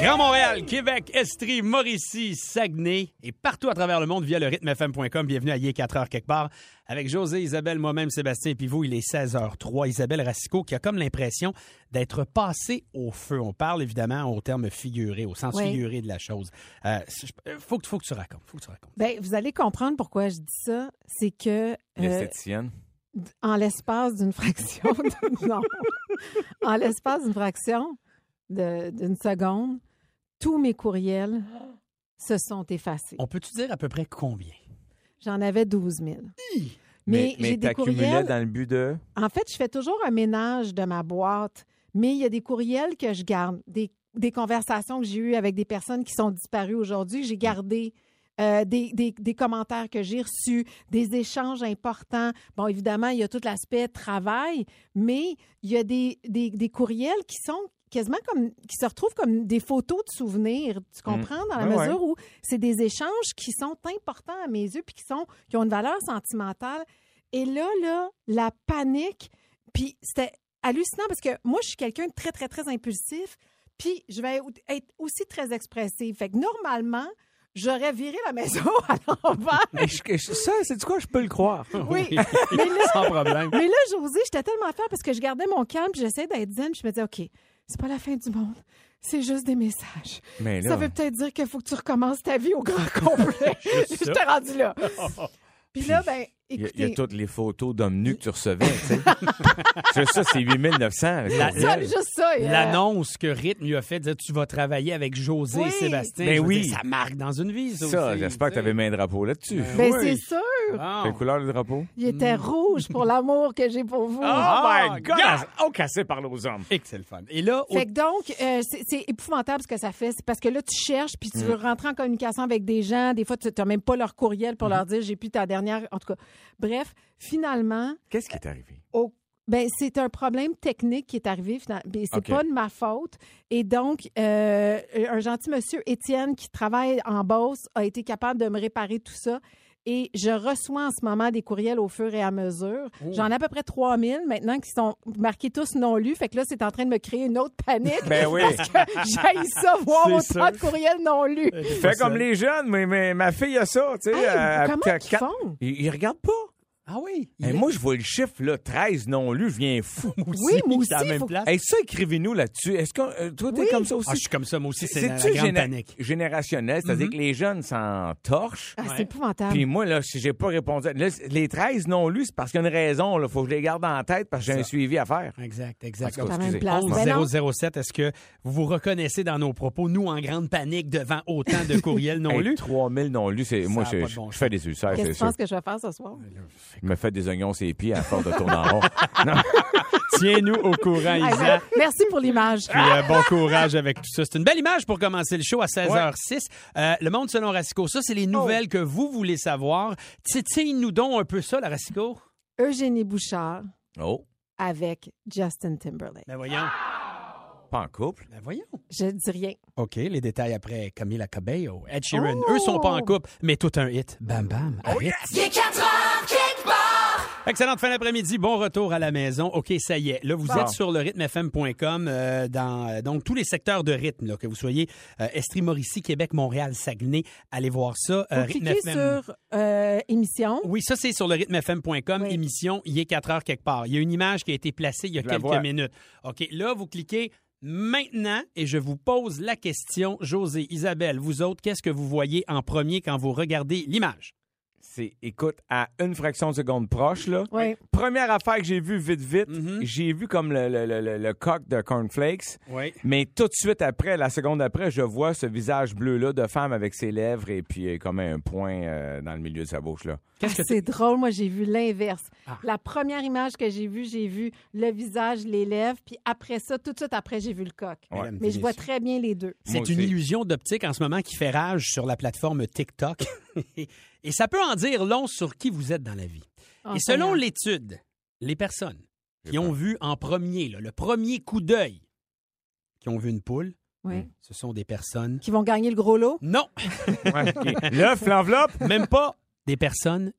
Grand Montréal, Québec, Estrie, Mauricie, Saguenay et partout à travers le monde via le rythmefm.com. Bienvenue à Yé 4 heures quelque part avec José, Isabelle, moi-même, Sébastien et puis vous. Il est 16h03. Isabelle Racicot qui a comme l'impression d'être passée au feu. On parle évidemment au terme figuré, au sens Oui. figuré de la chose. Euh, c'est- je- faut, que- faut que tu racontes. Faut que tu racontes. Ben, vous allez comprendre pourquoi je dis ça. C'est que euh, L'esthéticienne. en l'espace d'une fraction, de- non, en l'espace d'une fraction de- d'une seconde, tous mes courriels se sont effacés. On peut-tu dire à peu près combien? J'en avais 12 000. Mais, Mais, mais j'ai des t'accumulais courriels. dans le but de. En fait, je fais toujours un ménage de ma boîte, mais il y a des courriels que je garde, des, des conversations que j'ai eues avec des personnes qui sont disparues aujourd'hui, Mm. que j'ai gardé. euh, des, des- des commentaires que j'ai reçus, des échanges importants. Bon, évidemment, il y a tout l'aspect travail, mais il y a des, des- des courriels qui sont quasiment comme, qui se retrouvent comme des photos de souvenirs. Tu comprends? Dans la Mm. Ouais, ouais. mesure où c'est des échanges qui sont importants à mes yeux puis qui, sont, qui ont une valeur sentimentale. Et là, là, la panique. Puis c'était hallucinant parce que moi, je suis quelqu'un de très, très, très impulsif. Puis je vais être aussi très expressive. Fait que normalement, j'aurais viré la maison à l'envers. Mais je- je- ça, c'est du quoi je peux le croire. Oui. Sans problème. Mais là, Josée, j'étais tellement fière parce que je gardais mon calme, puis j'essayais d'être zen, puis je me disais, OK, c'est pas la fin du monde. C'est juste des messages. Mais là, Ça veut peut-être dire qu'il faut que tu recommences ta vie au grand complet. Je t'ai rendu là. Puis là, ben, il y a- écoutez. il y, a toutes les photos d'hommes nus que tu recevais. tu sais. Juste ça, c'est 8900. La- courriel. ça, juste ça. et, euh, L'annonce que Rythme lui a faite, dire tu vas travailler avec José et Oui. Sébastien. Ben Je veux oui. dire, ça marque dans une vie, ça, Ça, aussi, j'espère que tu sais. t'avais mis un drapeau là-dessus. Ben, Oui. Ah. c'est sûr. Bon. Quelle couleur le drapeau? Il était rouge pour l'amour que j'ai pour vous. Oh Ah, my God! On cassé par aux hommes. Et que c'est le fun. Et là, au- Fait que donc, euh, c'est c'est épouvantable ce que ça fait. C'est parce que là, tu cherches, puis tu veux rentrer en communication avec des gens. Des fois, tu n'as même pas leur courriel pour leur dire, j'ai plus ta dernière. En tout cas, bref, finalement, Qu'est-ce qui est arrivé? au- ben, c'est un problème technique qui est arrivé. finalement. Ben, C'est OK. pas de ma faute. Et donc, euh, un gentil monsieur, Étienne, qui travaille en Beauce, a été capable de me réparer tout ça. Et je reçois en ce moment des courriels au fur et à mesure. J'en ai à peu près 3000 maintenant qui sont marqués tous non lus. Fait que là, c'est en train de me créer une autre panique. Ben oui. J'aille ça voir C'est Euh, autant sûr. de courriels non lus. Fais comme les jeunes, mais, mais ma fille a ça. Tu sais, Hey, elle- comment elle- ils font? Ils ils regardent pas. Ah oui. Hey, moi, je vois le chiffre, là, 13 non lus, je viens fou. Oui, moi aussi, C'est à la même faut- place. Hey, ça, écrivez-nous là-dessus. Est-ce que euh, toi, t'es Oui. comme ça aussi? Ah, je suis comme ça, moi aussi, c'est la, la C'est-tu grande géné- panique. générationnel, c'est-à-dire Mhm. que les jeunes s'en Mm-hmm. torchent. Ah, Ouais. C'est épouvantable. Puis moi, là, si j'ai pas répondu, à- là, c- les 13 non lus, c'est parce qu'il y a une raison, là. Faut que je les garde en tête parce que j'ai un Ça. suivi à faire. Exact, exact. exact. En tout cas, la même excusez. place. Ben non. 11007, est-ce que vous vous reconnaissez dans nos propos, nous en grande panique devant autant de courriels non Hey, lus? 3000 non lus, c'est, Ça moi, a je, pas de je- bon je sens. fais des ulcères, Qu'est-ce c'est que tu sûr. penses que je vais faire ce soir? Je me fais des oignons sur les pieds à force de tourner en rond. Non, Tiens-nous au courant, Ah, Isa. Merci pour l'image. Puis euh, bon courage avec tout ça. C'est une belle image pour commencer le show à 16h06. Euh, le monde selon Racicot, ça, c'est les nouvelles que vous voulez savoir. Titille-nous donc un peu ça, la Racicot. Eugénie Bouchard Oh, avec Justin Timberlake. Ben voyons. pas en couple. Ben voyons. Je dis rien. OK, les détails après Camila Cabello, Ed Sheeran. Eux sont pas en couple, mais tout un hit. Bam, bam. un hit. Excellente fin d'après-midi. Bon retour à la maison. OK, ça y est. Là, vous Bon. êtes sur le rythmefm.com euh, dans euh, donc tous les secteurs de rythme, là, que vous soyez euh, Estrie, Mauricie, Québec, Montréal, Saguenay. Allez voir ça. euh, Vous cliquez rythmefm. sur euh, émission. Oui, ça, c'est sur le rythmefm.com, Oui. émission, il est 4 heures quelque part. Il y a une image qui a été placée il y a Je la quelques vois. minutes. OK, là, vous cliquez maintenant et je vous pose la question. José, Isabelle, vous autres, qu'est-ce que vous voyez en premier quand vous regardez l'image? c'est, écoute, à une fraction de seconde proche, là. Oui. Première affaire que j'ai vue vite, vite, Mhm. j'ai vu comme le, le- le- le- le coq de Cornflakes. Oui. Mais tout de suite après, la seconde après, je vois ce visage bleu-là de femme avec ses lèvres et puis euh, comme un point euh, dans le milieu de sa bouche, là. Qu'est-ce que Ah, c'est drôle, moi j'ai vu l'inverse. Ah. La première image que j'ai vue, j'ai vu le visage, les lèvres, puis après ça, tout de suite après, j'ai vu le coq. Mesdames Mais et je vois messieurs. très bien les deux. Moi C'est une aussi. illusion d'optique en ce moment qui fait rage sur la plateforme TikTok. Et ça peut en dire long sur qui vous êtes dans la vie. Oh, Et selon Seigneur. l'étude, les personnes qui J'ai ont peur. vu en premier, là, le premier coup d'œil, qui ont vu une poule, Oui. ce sont des personnes. Qui vont gagner le gros lot? Non, Ouais, ok. L'œuf, l'enveloppe. même pas des personnes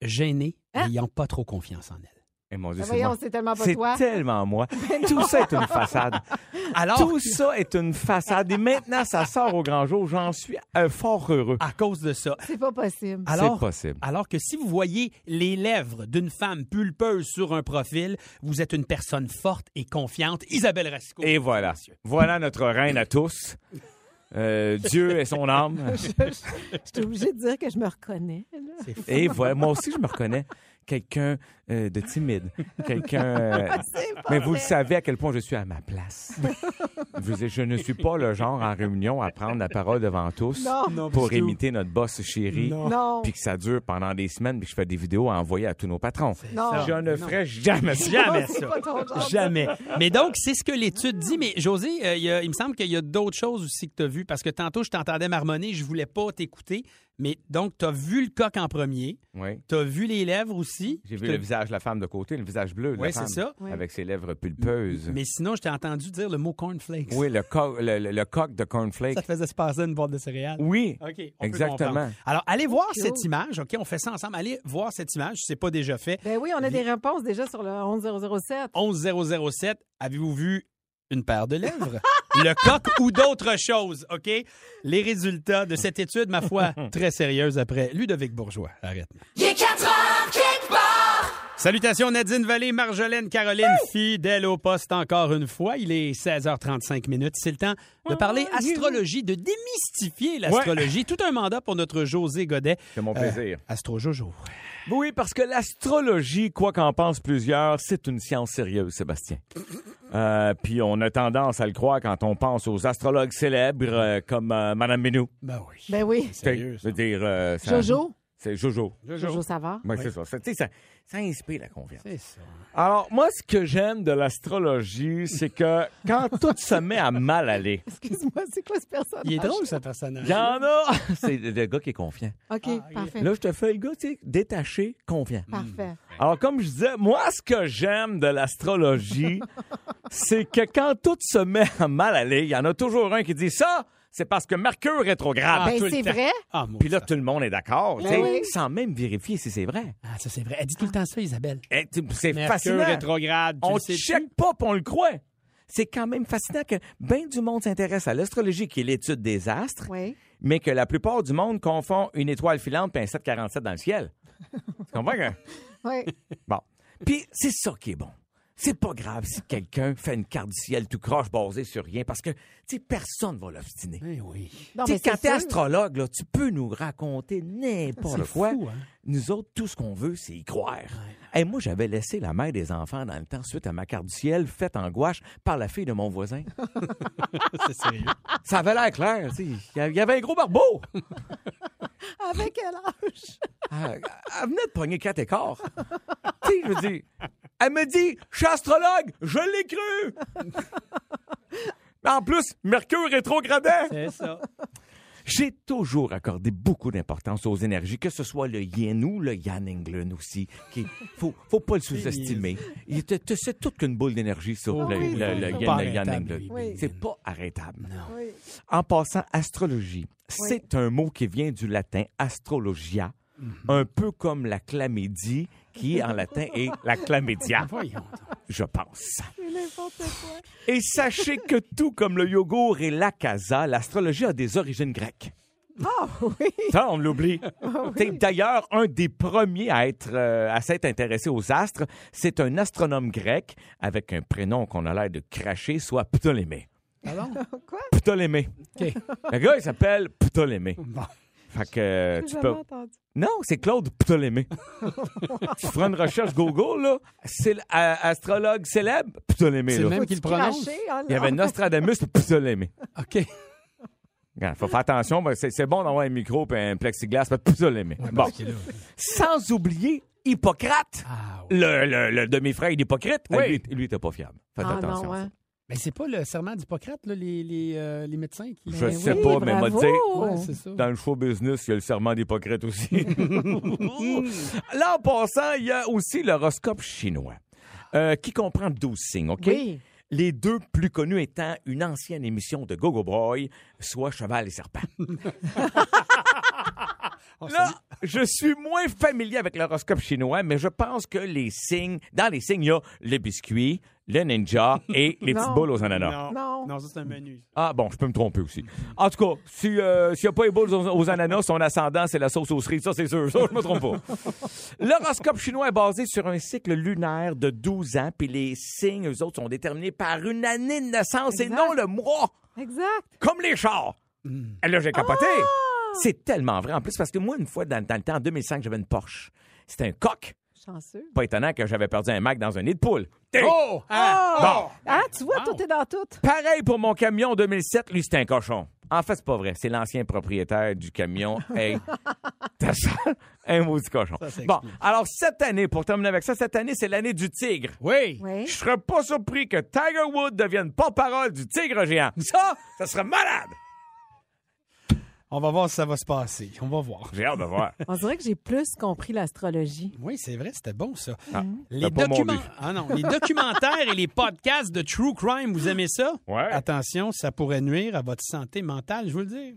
gênées, Hein? n'ayant pas trop confiance en elles. Eh, mon Dieu, Ben c'est voyons, moi. c'est tellement pas C'est toi. Ben tellement moi. Tout ça est une façade. Ah! Alors, Tout ça est une façade. Et maintenant, ça sort au grand jour. J'en suis euh, fort heureux. à cause de ça. C'est pas possible. Alors, possible. alors que si vous voyez les lèvres d'une femme pulpeuse sur un profil, vous êtes une personne forte et confiante. Isabelle Rasco. Et voilà. Voilà notre reine à tous. Euh, Dieu et son âme. Je suis obligée de dire que je me reconnais. là. Et voilà. Moi aussi, je me reconnais. Quelqu'un euh, de timide. Quelqu'un. euh, Mais vous le savez à quel point je suis à ma place. Vous savez, je ne suis pas le genre en réunion à prendre la parole devant tous Non. pour imiter notre boss chéri. Non. Puis que ça dure pendant des semaines, puis que je fais des vidéos à envoyer à tous nos patrons. Non. Je ne ferai jamais ça. Jamais C'est ça. pas ton genre. Jamais. Mais donc, c'est ce que l'étude dit. Mais José, euh, il, y a- il me semble qu'il y a d'autres choses aussi que tu as vues. Parce que tantôt, je t'entendais marmonner, je voulais pas t'écouter. Mais donc, tu as vu le coq en premier. Oui. Tu as vu les lèvres aussi. J'ai Je vu te- le visage de la femme de côté, le visage bleu. de la Oui, c'est femme, ça. Oui. Avec ses lèvres pulpeuses. Mais sinon, je t'ai entendu dire le mot cornflakes. Oui, le, co- le, le- le coq de cornflake. Ça te faisait se passer une boîte de céréales. Oui. OK. on peut Exactement. comprendre. Alors, allez voir Cool. cette image. OK, on fait ça ensemble. Allez voir cette image. Si c'est pas déjà fait. Ben oui, on a des réponses déjà sur le 11007. 11007, avez-vous vu une paire de lèvres, le coq ou d'autres choses, OK? Les résultats de cette étude, ma foi, très sérieuse après Ludovic Bourgeois. Arrête. Salutations Nadine Vallée, Marjolaine, Caroline, fidèle au poste encore une fois. Il est 16h35 minutes. C'est le temps de parler astrologie, de démystifier l'astrologie. Tout un mandat pour notre José Godet. Euh, C'est mon plaisir. Astro Jojo. Oui, parce que l'astrologie, quoi qu'en pensent plusieurs, c'est une science sérieuse, Sébastien. Euh, puis on a tendance à le croire quand on pense aux astrologues célèbres euh, comme euh, Madame Minou. Ben oui. Ben oui. Sérieux, ça. Je veux dire, euh, ça- Jojo. C'est Jojo. Jojo Savard. Ouais, c'est ça. Ça, tu sais, ça- ça inspire la confiance. C'est ça. Alors, moi, ce que j'aime de l'astrologie, c'est que quand tout se met à mal aller, Excuse-moi, c'est quoi ce personnage? Il est drôle, ce personnage. il y en a. C'est le gars qui est confiant. OK, parfait. Là, je te fais le gars, tu sais, détaché, confiant. Parfait. Alors, comme je disais, moi, ce que j'aime de l'astrologie, c'est que quand tout se met à mal aller, il y en a toujours un qui dit ça, c'est parce que Mercure rétrograde. Ah, Ben ben tout le c'est temps. vrai. Ah, mon Puis là, Dieu. tout le monde est d'accord, tu sais, oui. sans même vérifier si c'est vrai. Ah, ça, c'est vrai. Elle dit tout le temps ça, Isabelle. Eh, tu- C'est Mercure fascinant. rétrograde. tu on le sais-tu? check pas, puis on le croit. C'est quand même fascinant que bien du monde s'intéresse à l'astrologie, qui est l'étude des astres, Oui. mais que la plupart du monde confond une étoile filante et un 747 dans le ciel. tu comprends que... Oui. Bon. Puis c'est ça qui est bon. C'est pas grave si quelqu'un fait une carte du ciel tout croche basée sur rien parce que, tu sais, personne va l'obstiner. Eh oui. Non, Tu mais sais, quand c'est t'es sûr. astrologue, là, tu peux nous raconter n'importe C'est quoi. fou, hein? Nous autres, tout ce qu'on veut, c'est y croire. Hey, moi, j'avais laissé la mère des enfants dans le temps suite à ma carte du ciel faite en gouache par la fille de mon voisin. C'est sérieux. Ça avait l'air clair, tu sais. Il y a- il y avait un gros barbeau. Avec quel âge? Euh, elle venait de pogner quatre écarts. tu sais, je veux dire, elle me dit, je suis astrologue, je l'ai cru. Mais en plus, Mercure rétrogradait. C'est ça. J'ai toujours accordé beaucoup d'importance aux énergies, que ce soit le yin ou le yang England aussi. Qui, faut, faut pas le sous-estimer. Il te, te- c'est toute qu'une boule d'énergie, ça, Oh le, oui, le- oui, le oui. yin, Pas le yang arrêtable, England. oui. C'est pas arrêtable. Oui. En passant, astrologie, c'est un mot qui vient du latin astrologia, un peu comme la chlamydia, qui en latin est la chlamydia, Voyons. je pense. C'est n'importe quoi. Et sachez que tout comme le yogourt et la casa, l'astrologie a des origines grecques. Ah oui. Ah Ça, on l'oublie. T'es D'ailleurs, un des premiers à être euh, à s'être intéressé aux astres, c'est un astronome grec avec un prénom qu'on a l'air de cracher, soit Ptolémée. Ah bon? Ptolémée. OK. Le gars, il s'appelle Ptolémée. Fait que euh, J'ai tu jamais peux. entendu. Non, c'est Claude Ptolémée. tu feras une recherche Google, là. C'est l- a- astrologue célèbre, Ptolémée. C'est le là. même Faut-tu qu'il prononce. cracher, hein, Il y là? avait Nostradamus, puis Ptolémée. OK. Il faut faire attention, parce que c'est c'est bon d'avoir un micro et un plexiglas, mais Ptolémée. bon. Sans oublier Hippocrate, Ah, ouais. le, le- le demi-frère d'Hippocrate. Oui. Lui, lui, était pas fiable. Faites Ah attention. non, à ça. ouais. Mais c'est pas le serment d'Hippocrate, là, les, les, euh, les médecins qui. Je Ben sais oui, pas, mais m'a bravo. dit, Ouais, c'est ça. dans le show business, il y a le serment d'Hippocrate aussi. Là, en passant, il y a aussi l'horoscope chinois, euh, qui comprend 12 signes, OK? Oui. Les deux plus connus étant une ancienne émission de Gogo Boy, soit Cheval et Serpent. Là, je suis moins familier avec l'horoscope chinois, mais je pense que les signes, dans les signes, il y a le biscuit, le ninja et les petites Non. boules aux ananas. Non. Non, ça, c'est un menu. Ah bon, je peux me tromper aussi. En tout cas, si, euh, s'il n'y a pas les boules aux, aux ananas, son ascendant, c'est la sauce aux cerises. Ça, c'est sûr. Ça, je me trompe pas. L'horoscope chinois est basé sur un cycle lunaire de 12 ans, puis les signes, eux autres, sont déterminés par une année de naissance et Exact. non le mois, Exact. comme les chars. Hmm. Et Là, j'ai capoté. Ah! C'est tellement vrai. En plus, parce que moi, une fois, dans, dans le temps, en 2005, j'avais une Porsche. C'était un coq. Chanceux. Pas étonnant que j'avais perdu un Mac dans un nid de poule. Hey! Oh! Ah! Ah, tu vois, Wow. tout est dans tout. Pareil pour mon camion 2007, lui, c'était un cochon. En fait, c'est pas vrai. C'est l'ancien propriétaire du camion. Hey, t'as ça? Un maudit cochon. ça bon, alors cette année, pour terminer avec ça, cette année, c'est l'année du tigre. Oui! Oui. Je serais pas surpris que Tiger Woods devienne porte-parole du tigre géant. Ça, ça serait malade! On va voir si ça va se passer. On va voir. J'ai hâte de voir. On dirait que j'ai plus compris l'astrologie. Oui, c'est vrai, c'était bon ça. Hein? c'était les, pas mon documents- but. ah non, les documentaires et les podcasts de True Crime, vous aimez ça? Ouais. Attention, ça pourrait nuire à votre santé mentale, je vous le dis.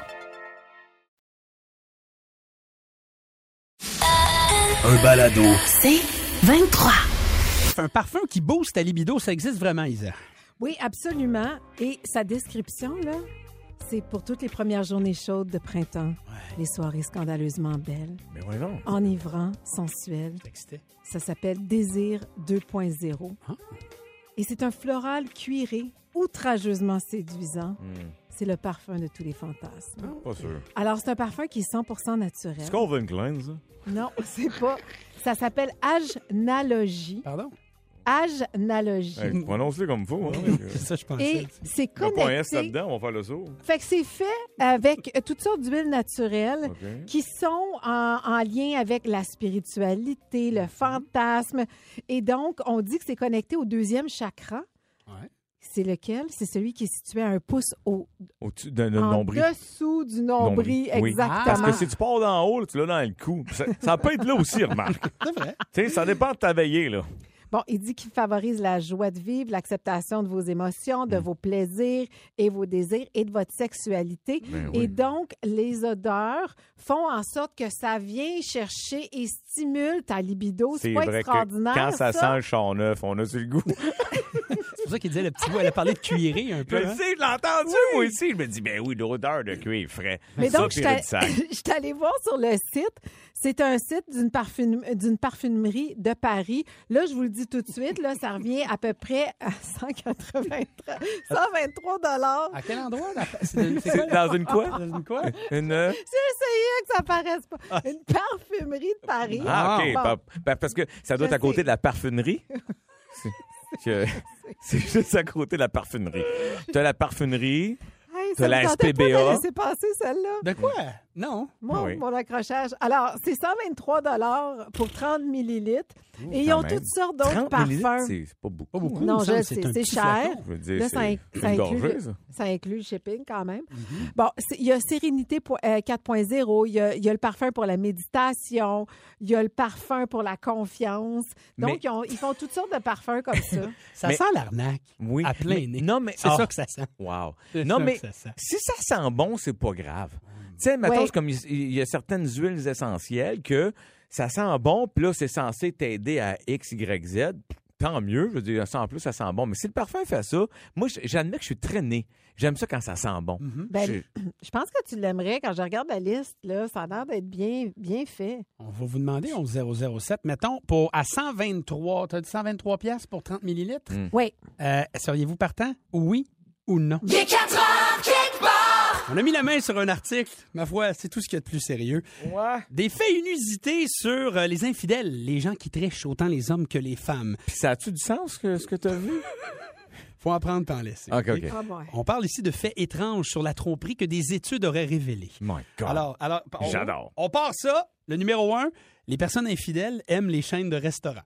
Un balado. C'est 23. Un parfum qui booste ta libido, ça existe vraiment, Isa. Oui, absolument. Et sa description, là, c'est pour toutes les premières journées chaudes de printemps. Les soirées scandaleusement belles, Mais voyons. enivrant, sensuelles. Ça s'appelle Désir 2.0. Ah. Et c'est un floral cuiré, outrageusement séduisant. C'est le parfum de tous les fantasmes. Hmm. Oh. Pas sûr. Alors, c'est un parfum qui est 100 naturel. Calvin Klein, ça? Non, c'est pas. Ça s'appelle Agnalogie. Pardon? Agnalogie. Prononce-le comme faut. hein? C'est ça, je pensais. Et c'est connecté. on va faire le saut. Fait que c'est fait avec euh, toutes sortes d'huiles naturelles OK. qui sont en, en lien avec la spiritualité, Mhm. le fantasme. Et donc, on dit que c'est connecté au deuxième chakra. Ouais. C'est lequel? C'est celui qui est situé à un pouce au, Au-dessus d'un d'un en nombril. dessous du nombril. Nombril, oui. Exactement. Ah, Parce que si tu pars d'en haut, là, tu l'as dans le cou. Ça, ça peut être là aussi, remarque. C'est vrai. Tu sais, ça dépend de ta veillée, là. Bon, il dit qu'il favorise la joie de vivre, l'acceptation de vos émotions, Mm. de vos plaisirs et vos désirs et de votre sexualité. Ben Et donc, les odeurs font en sorte que ça vient chercher et stimule ta libido. C'est pas extraordinaire. quand ça, sent ça? le champ neuf, on a sur le goût. C'est pour ça qu'il disait le petit bout. Elle a parlé de cuiré un je peu. le hein? sais, je l'ai entendu, moi aussi. Je me dis, ben oui, l'odeur de cuir frais. Mais Ça, donc, je puis suis le sac. allée- je suis allée voir sur le site. C'est un site d'une parfum- d'une parfumerie de Paris. Là, je vous le dis tout de suite, là, ça revient à peu près à 183, 123 dollars. À quel endroit? la- C'est c'est quoi, C'est la- dans une quoi? Dans une quoi? Une... euh, J'essayais que ça paraisse pas. Une parfumerie de Paris. Ah, OK. Bon. pa- pa- parce que ça doit être Je à côté sais. de la parfumerie. C'est- que- C'est juste à côté de la parfumerie. T'as la parfumerie. Hey, de la me tentait pas de SPBA. laisser passer celle-là. De quoi? Non. Moi, Ben Oui. mon accrochage. Alors, c'est 123 pour 30 millilitres. Et ils quand ont même. toutes sortes d'autres 30 millilitres, parfums. C'est c'est pas beaucoup. Pas beaucoup. Non, il me semble je que sais, un c'est petit cher. flacon. Je veux dire, Là, ça, c'est in- ça une inclut gorgée, le, ça. Mm-hmm. ça inclut le shipping quand même. Bon, c'est- il y a Sérénité po- euh, 4.0, il y, a, il y a le parfum pour la méditation, il y a le parfum pour la confiance. Donc, Mais- ils, ont- ils font toutes sortes de parfums comme ça. Ça Mais- sent l'arnaque. Oui. À plein Mais- nez. Non, mais C'est Ah. ça que ça sent. Wow. C'est Non, ça mais que ça sent. si ça sent bon, c'est pas grave. Tu sais, mettons, Ouais. c'est comme il- il y a certaines huiles essentielles que ça sent bon, puis là, c'est censé t'aider à X, Y, Z. Tant mieux, je veux dire, ça en plus, ça sent bon. Mais si le parfum fait ça, moi, j- j'admets que je suis traîné. J'aime ça quand ça sent bon. Ben, Je- Je pense que tu l'aimerais. Quand je regarde la liste, là, ça a l'air d'être bien, bien fait. On va vous demander, on 007, mettons, pour, à 123, tu as dit 123 piastres pour 30 millilitres? Oui. Euh, Seriez-vous partant? Oui ou non? On a mis la main sur un article, ma foi, c'est tout ce qu'il y a de plus sérieux. Des faits inusités sur euh, les infidèles, les gens qui trichent autant les hommes que les femmes. Puis ça a-tu du sens, que, ce que tu as vu? Faut en prendre par laisser. OK, OK. Ah bon. On parle ici de faits étranges sur la tromperie que des études auraient révélées. My God. Alors, alors on- J'adore. On part ça. Le numéro un, les personnes infidèles aiment les chaînes de restaurants.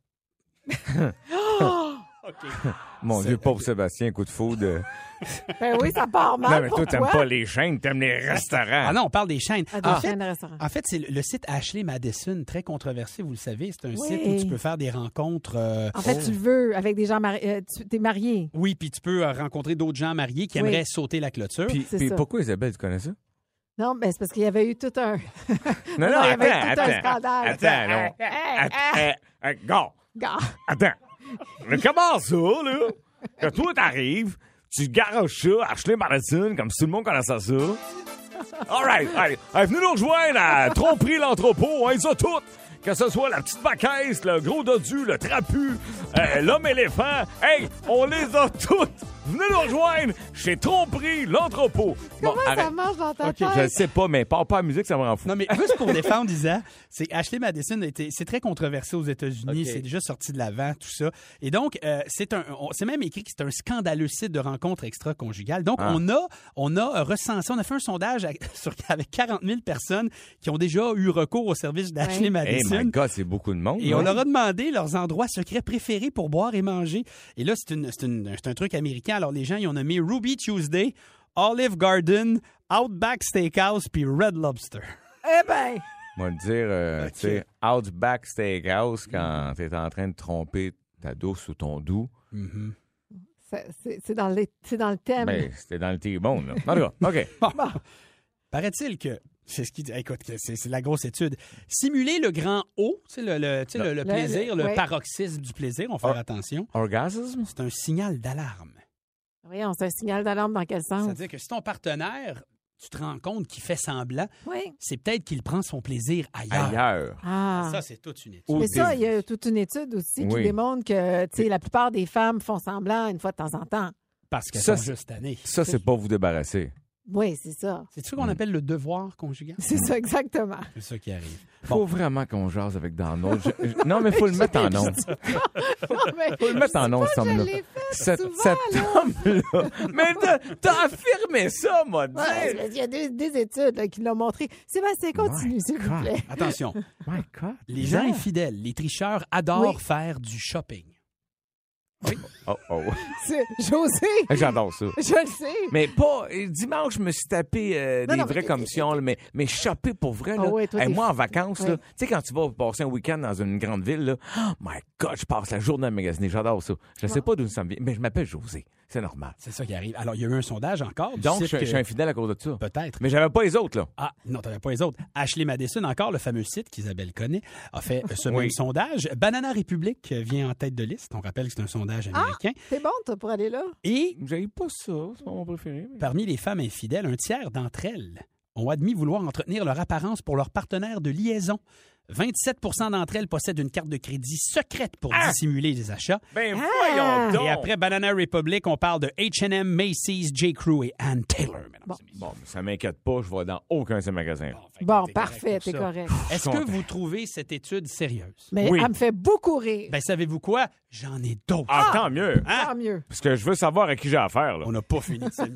Mon Dieu, pauvre Sébastien, coup de foudre. Ben oui, ça part mal. non, mais toi, pour t'aimes toi. pas les chaînes, t'aimes les restaurants. Ah non, on parle des chaînes. Ah, des en, chaînes fait, de restaurants. en fait, c'est le, le site Ashley Madison, très controversé, vous le savez. C'est un Oui. site où tu peux faire des rencontres. euh, En fait, tu Oh. le veux avec des gens mariés. tu t'es marié. oui, puis tu peux euh, rencontrer d'autres gens mariés qui Oui. aimeraient sauter la clôture. Puis, C'est puis ça. pourquoi Isabelle, tu connais ça? Non, mais c'est parce qu'il y avait eu tout un. Non, non, il y attends, avait tout un attends. scandale. Attends, non. Attends, euh, gars, Gars. attends. Mais comment ça, là? Que toi, t'arrives, tu garoches ça, Ashley Madison, comme si tout le monde connaissait ça. All right, all right. Hey, venez nous rejoindre à Tromperie l'entrepôt, hein, ils ont tout. Que ce soit la petite vacaise, le gros dodu, le trapu, euh, l'homme éléphant, hey, on les a toutes. Venez nous rejoindre chez Tromperie l'entrepôt. Bon, Comment ça marche dans ta tête? Eh sais pas, mais pas pas la musique, ça me rend fou. Non, mais juste pour défendre Isa, c'est Ashley Madison, a été- c'est très controversé aux États-Unis. C'est déjà sorti de l'avant, tout ça. Et donc, euh, c'est un, on- c'est même écrit que c'est un scandaleux site de rencontres extra-conjugales. Donc, on a, on a euh, recensé, on a fait un sondage à- sur, avec 40 000 personnes qui ont déjà eu recours au service d'Ashley Hey Madison. Eh, my God, c'est beaucoup de monde. Et hein? on leur a demandé leurs endroits secrets préférés pour boire et manger. Et là, c'est, une- c'est une- c'est un truc américain. Alors, les gens, ils ont nommé Ruby Tuesday, Olive Garden, Outback Steakhouse, puis Red Lobster. Eh ben, Moi, te dire, euh, tu sais, Outback Steakhouse, quand t'es en train de tromper ta douce ou ton doux, c'est- c'est c'est dans, les- c'est dans le thème. ben, c'était dans le T-bone, là. En tout cas, OK. Paraît-il que, c'est ce qu'il dit, écoute, que c'est c'est la grosse étude, simuler le grand O, tu sais, le, le- tu sais, le- le Le- plaisir, le, le- Ah. ouais. paroxysme du plaisir, on va faire attention, Orgasme? c'est un signal d'alarme. Oui, on se signale d'alarme dans quel sens? C'est-à-dire que si ton partenaire, tu te rends compte qu'il fait semblant, Oui. c'est peut-être qu'il prend son plaisir ailleurs. Ailleurs. Ah. Ça, c'est toute une étude. Au mais ça, début. il y a toute une étude aussi qui Oui. démontre que tu sais, la plupart des femmes font semblant une fois de temps en temps. Parce qu'elles Ça, sont c'est- juste tannées. Ça, c'est pas vous débarrasser. Oui, c'est ça. C'est ça qu'on appelle le devoir conjugal? C'est ça, exactement. C'est ça qui arrive. Faut vraiment qu'on jase avec dans l'autre. Je- je- Non, mais faut le mettre en onde. Faut le mettre en onde, ce Je homme-là. l'ai fait Cet, souvent, cet là. homme-là. Mais t'as- t'as affirmé ça, moi, dire. Ouais, c'est parce qu'il y a des, des études là, qui l'ont montré. Sébastien, continue, My s'il vous God. plaît. Attention, My God. les gens infidèles, les tricheurs adorent faire du shopping. Oh, oh. C'est- José, J'adore ça. je le sais. Mais pas. euh, Dimanche, je me suis tapé euh, Non, des non, mais- vrais comme si on, là, mais, mais choper pour vrai. Là. Ah ouais, toi, Hey, t'es moi, fou. en vacances, là, Ouais. tu sais, quand tu vas passer un week-end dans une grande ville, là, oh my God, je passe la journée à magasiner. J'adore ça. Je sais pas d'où ça me vient, mais je m'appelle José. C'est normal. C'est ça qui arrive. Alors, il y a eu un sondage encore. du Donc, je, site je que- suis infidèle à cause de ça. Peut-être. Mais j'avais pas les autres, là. Ah, non, t'avais pas les autres. Ashley Madison, encore le fameux site qu'Isabelle connaît, a fait ce Oui. même sondage. Banana République vient en tête de liste. On rappelle que c'est un sondage américain. T'es bon, toi, pour aller là? Et J'avais pas ça. C'est pas mon préféré. mais- parmi les femmes infidèles, un tiers d'entre elles ont admis vouloir entretenir leur apparence pour leur partenaire de liaison. 27 d'entre elles possèdent une carte de crédit secrète pour dissimuler les achats. Ben, Ah! voyons Ah! donc. Et après Banana Republic, on parle de H&M, Macy's, J. Crew et Ann Taylor. mesdames et messieurs. Bon, ça m'inquiète pas. Je vais dans aucun de ces magasins. Fait que Bon, Ben, t'es correct parfait, pour t'es ça. correct. Est-ce que vous trouvez cette étude sérieuse? Mais Oui. elle me fait beaucoup rire. Ben, savez-vous quoi? J'en ai d'autres. Hein? Ah, tant mieux. Tant mieux. Parce que je veux savoir à qui j'ai affaire, là. On n'a pas fini de s'amuser.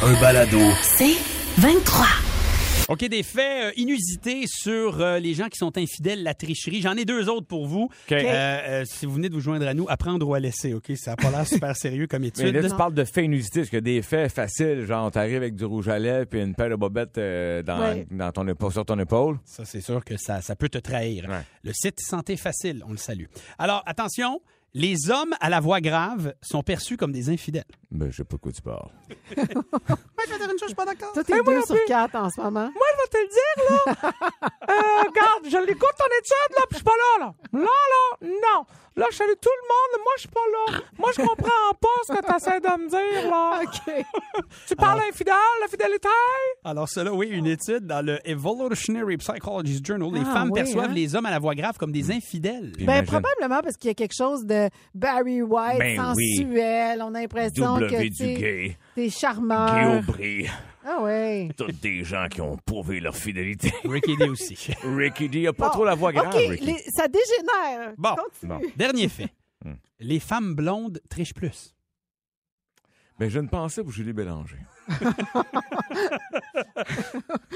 Un balado. C'est 23. OK, des faits euh, inusités sur euh, les gens qui sont infidèles, la tricherie. J'en ai deux autres pour vous. Euh, euh, si vous venez de vous joindre à nous, apprendre ou à laisser, OK? Ça n'a pas l'air super sérieux comme Mais étude. là, tu parles de faits inusités, parce que des faits faciles, genre t'arrives avec du rouge à lèvres puis une paire de bobettes euh, dans, Ouais. dans ton épa- sur ton épaule. Ça, c'est sûr que ça, ça peut te trahir. Ouais. Le site Santé Facile, on le salue. Alors, attention, les hommes à la voix grave sont perçus comme des infidèles. Ben, je sais pas de quoi tu parles. je vais dire une chose, je suis pas d'accord. Toi, t'es deux sur quatre en ce moment. Moi, je vais te le dire, là. Euh, regarde, je l'écoute ton étude, là, puis je suis pas là, là. Là, là, non. Là, je salue tout le monde, moi, je suis pas là. Moi, je comprends pas ce que t'essaies de me dire, là. OK. Tu parles infidèle, l'infidélité? Alors, cela, oui, une étude dans le Evolutionary Psychology Journal. Les Ah, femmes oui, perçoivent hein? les hommes à la voix grave comme des infidèles. Ben, Imagine. probablement parce qu'il y a quelque chose de Barry White, Ben oui. sensuel. On a l'impression que W tu du sais, gay, t'es Guy charmeur. Aubry, Ah ouais. tous des gens qui ont prouvé leur fidélité. Ricky D aussi. Ricky D, il a pas Bon, trop la voix grave, OK, Ricky. les- ça dégénère. Bon. Continue. Bon. Dernier fait. les femmes blondes trichent plus. Ben, je ne pensais pour Julie Bélanger.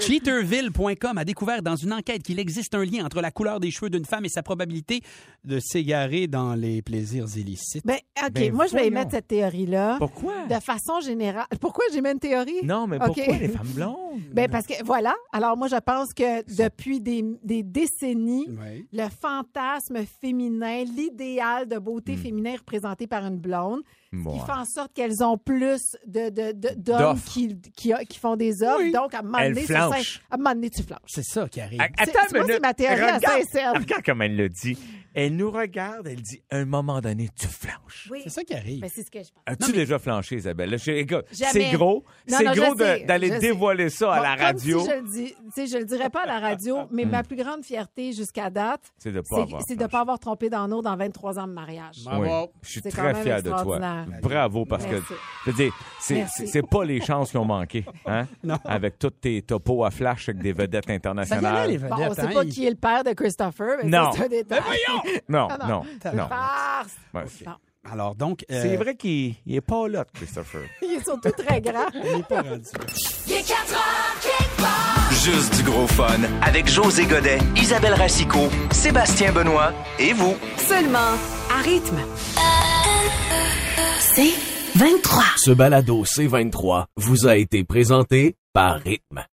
Cheaterville.com a découvert dans une enquête qu'il existe un lien entre la couleur des cheveux d'une femme et sa probabilité de s'égarer dans les plaisirs illicites. Ben, OK, Ben, moi, je vais voyons. émettre cette théorie-là. Pourquoi? De façon générale. Pourquoi j'ai une théorie? Non, mais Ben, OK. pourquoi les femmes blondes? Ben, parce que, voilà. Alors, moi, je pense que depuis des, des décennies, Ouais. le fantasme féminin, l'idéal de Hmm. beauté féminin représenté par une blonde, Ouais. qui fait en sorte qu'elles ont plus de, de- de- d'hommes D'offres. qui, qui, qui font des offres. Donc, à un moment Elles donné, ça, flanchent. c'est- à un moment donné, tu flanches. C'est ça qui arrive. A- ben, C'est- c'est- moi, une c'est ma théorie à regarde, Saint-Serve. Regarde comme elle le dit. Elle nous regarde, elle dit, à un moment donné, tu flanches. Oui. C'est ça qui arrive. Ben, c'est ce que je pense. As-tu déjà flanché, Isabelle? Là, je- écoute, Jamais. c'est gros. Non, C'est non, je gros de- sais, je d'aller sais. dévoiler ça à Bon, la comme radio. Hmm. si je le dis, tu sais, je le dirais pas à la radio, mais ma plus grande fierté jusqu'à date, C'est de pas c'est- avoir c'est de flanché. pas avoir trompé dans l'eau dans 23 ans de mariage. Oui. Bravo. Je suis C'est très quand même fier de toi. extraordinaire. Bravo parce Merci. que je veux dire, c'est Merci. c'est- c'est pas les chances qui ont manqué, hein? Avec tous tes topos à flash avec des vedettes Ça y allait, les internationales. Bon, on vedettes, sait hein, pas ils- qui est le père de Christopher, mais Non. ça, c'est un détail. Non, Ah, non, non. Farce. Ouais. Bon, Alors donc, euh, C'est vrai qu'il il est pas là, Christopher. il est surtout très grand. Juste du gros fun avec José Godet, Isabelle Racicot, Sébastien Benoît et vous. Seulement à rythme. C'est 23. Ce balado C23 vous a été présenté par Rythme.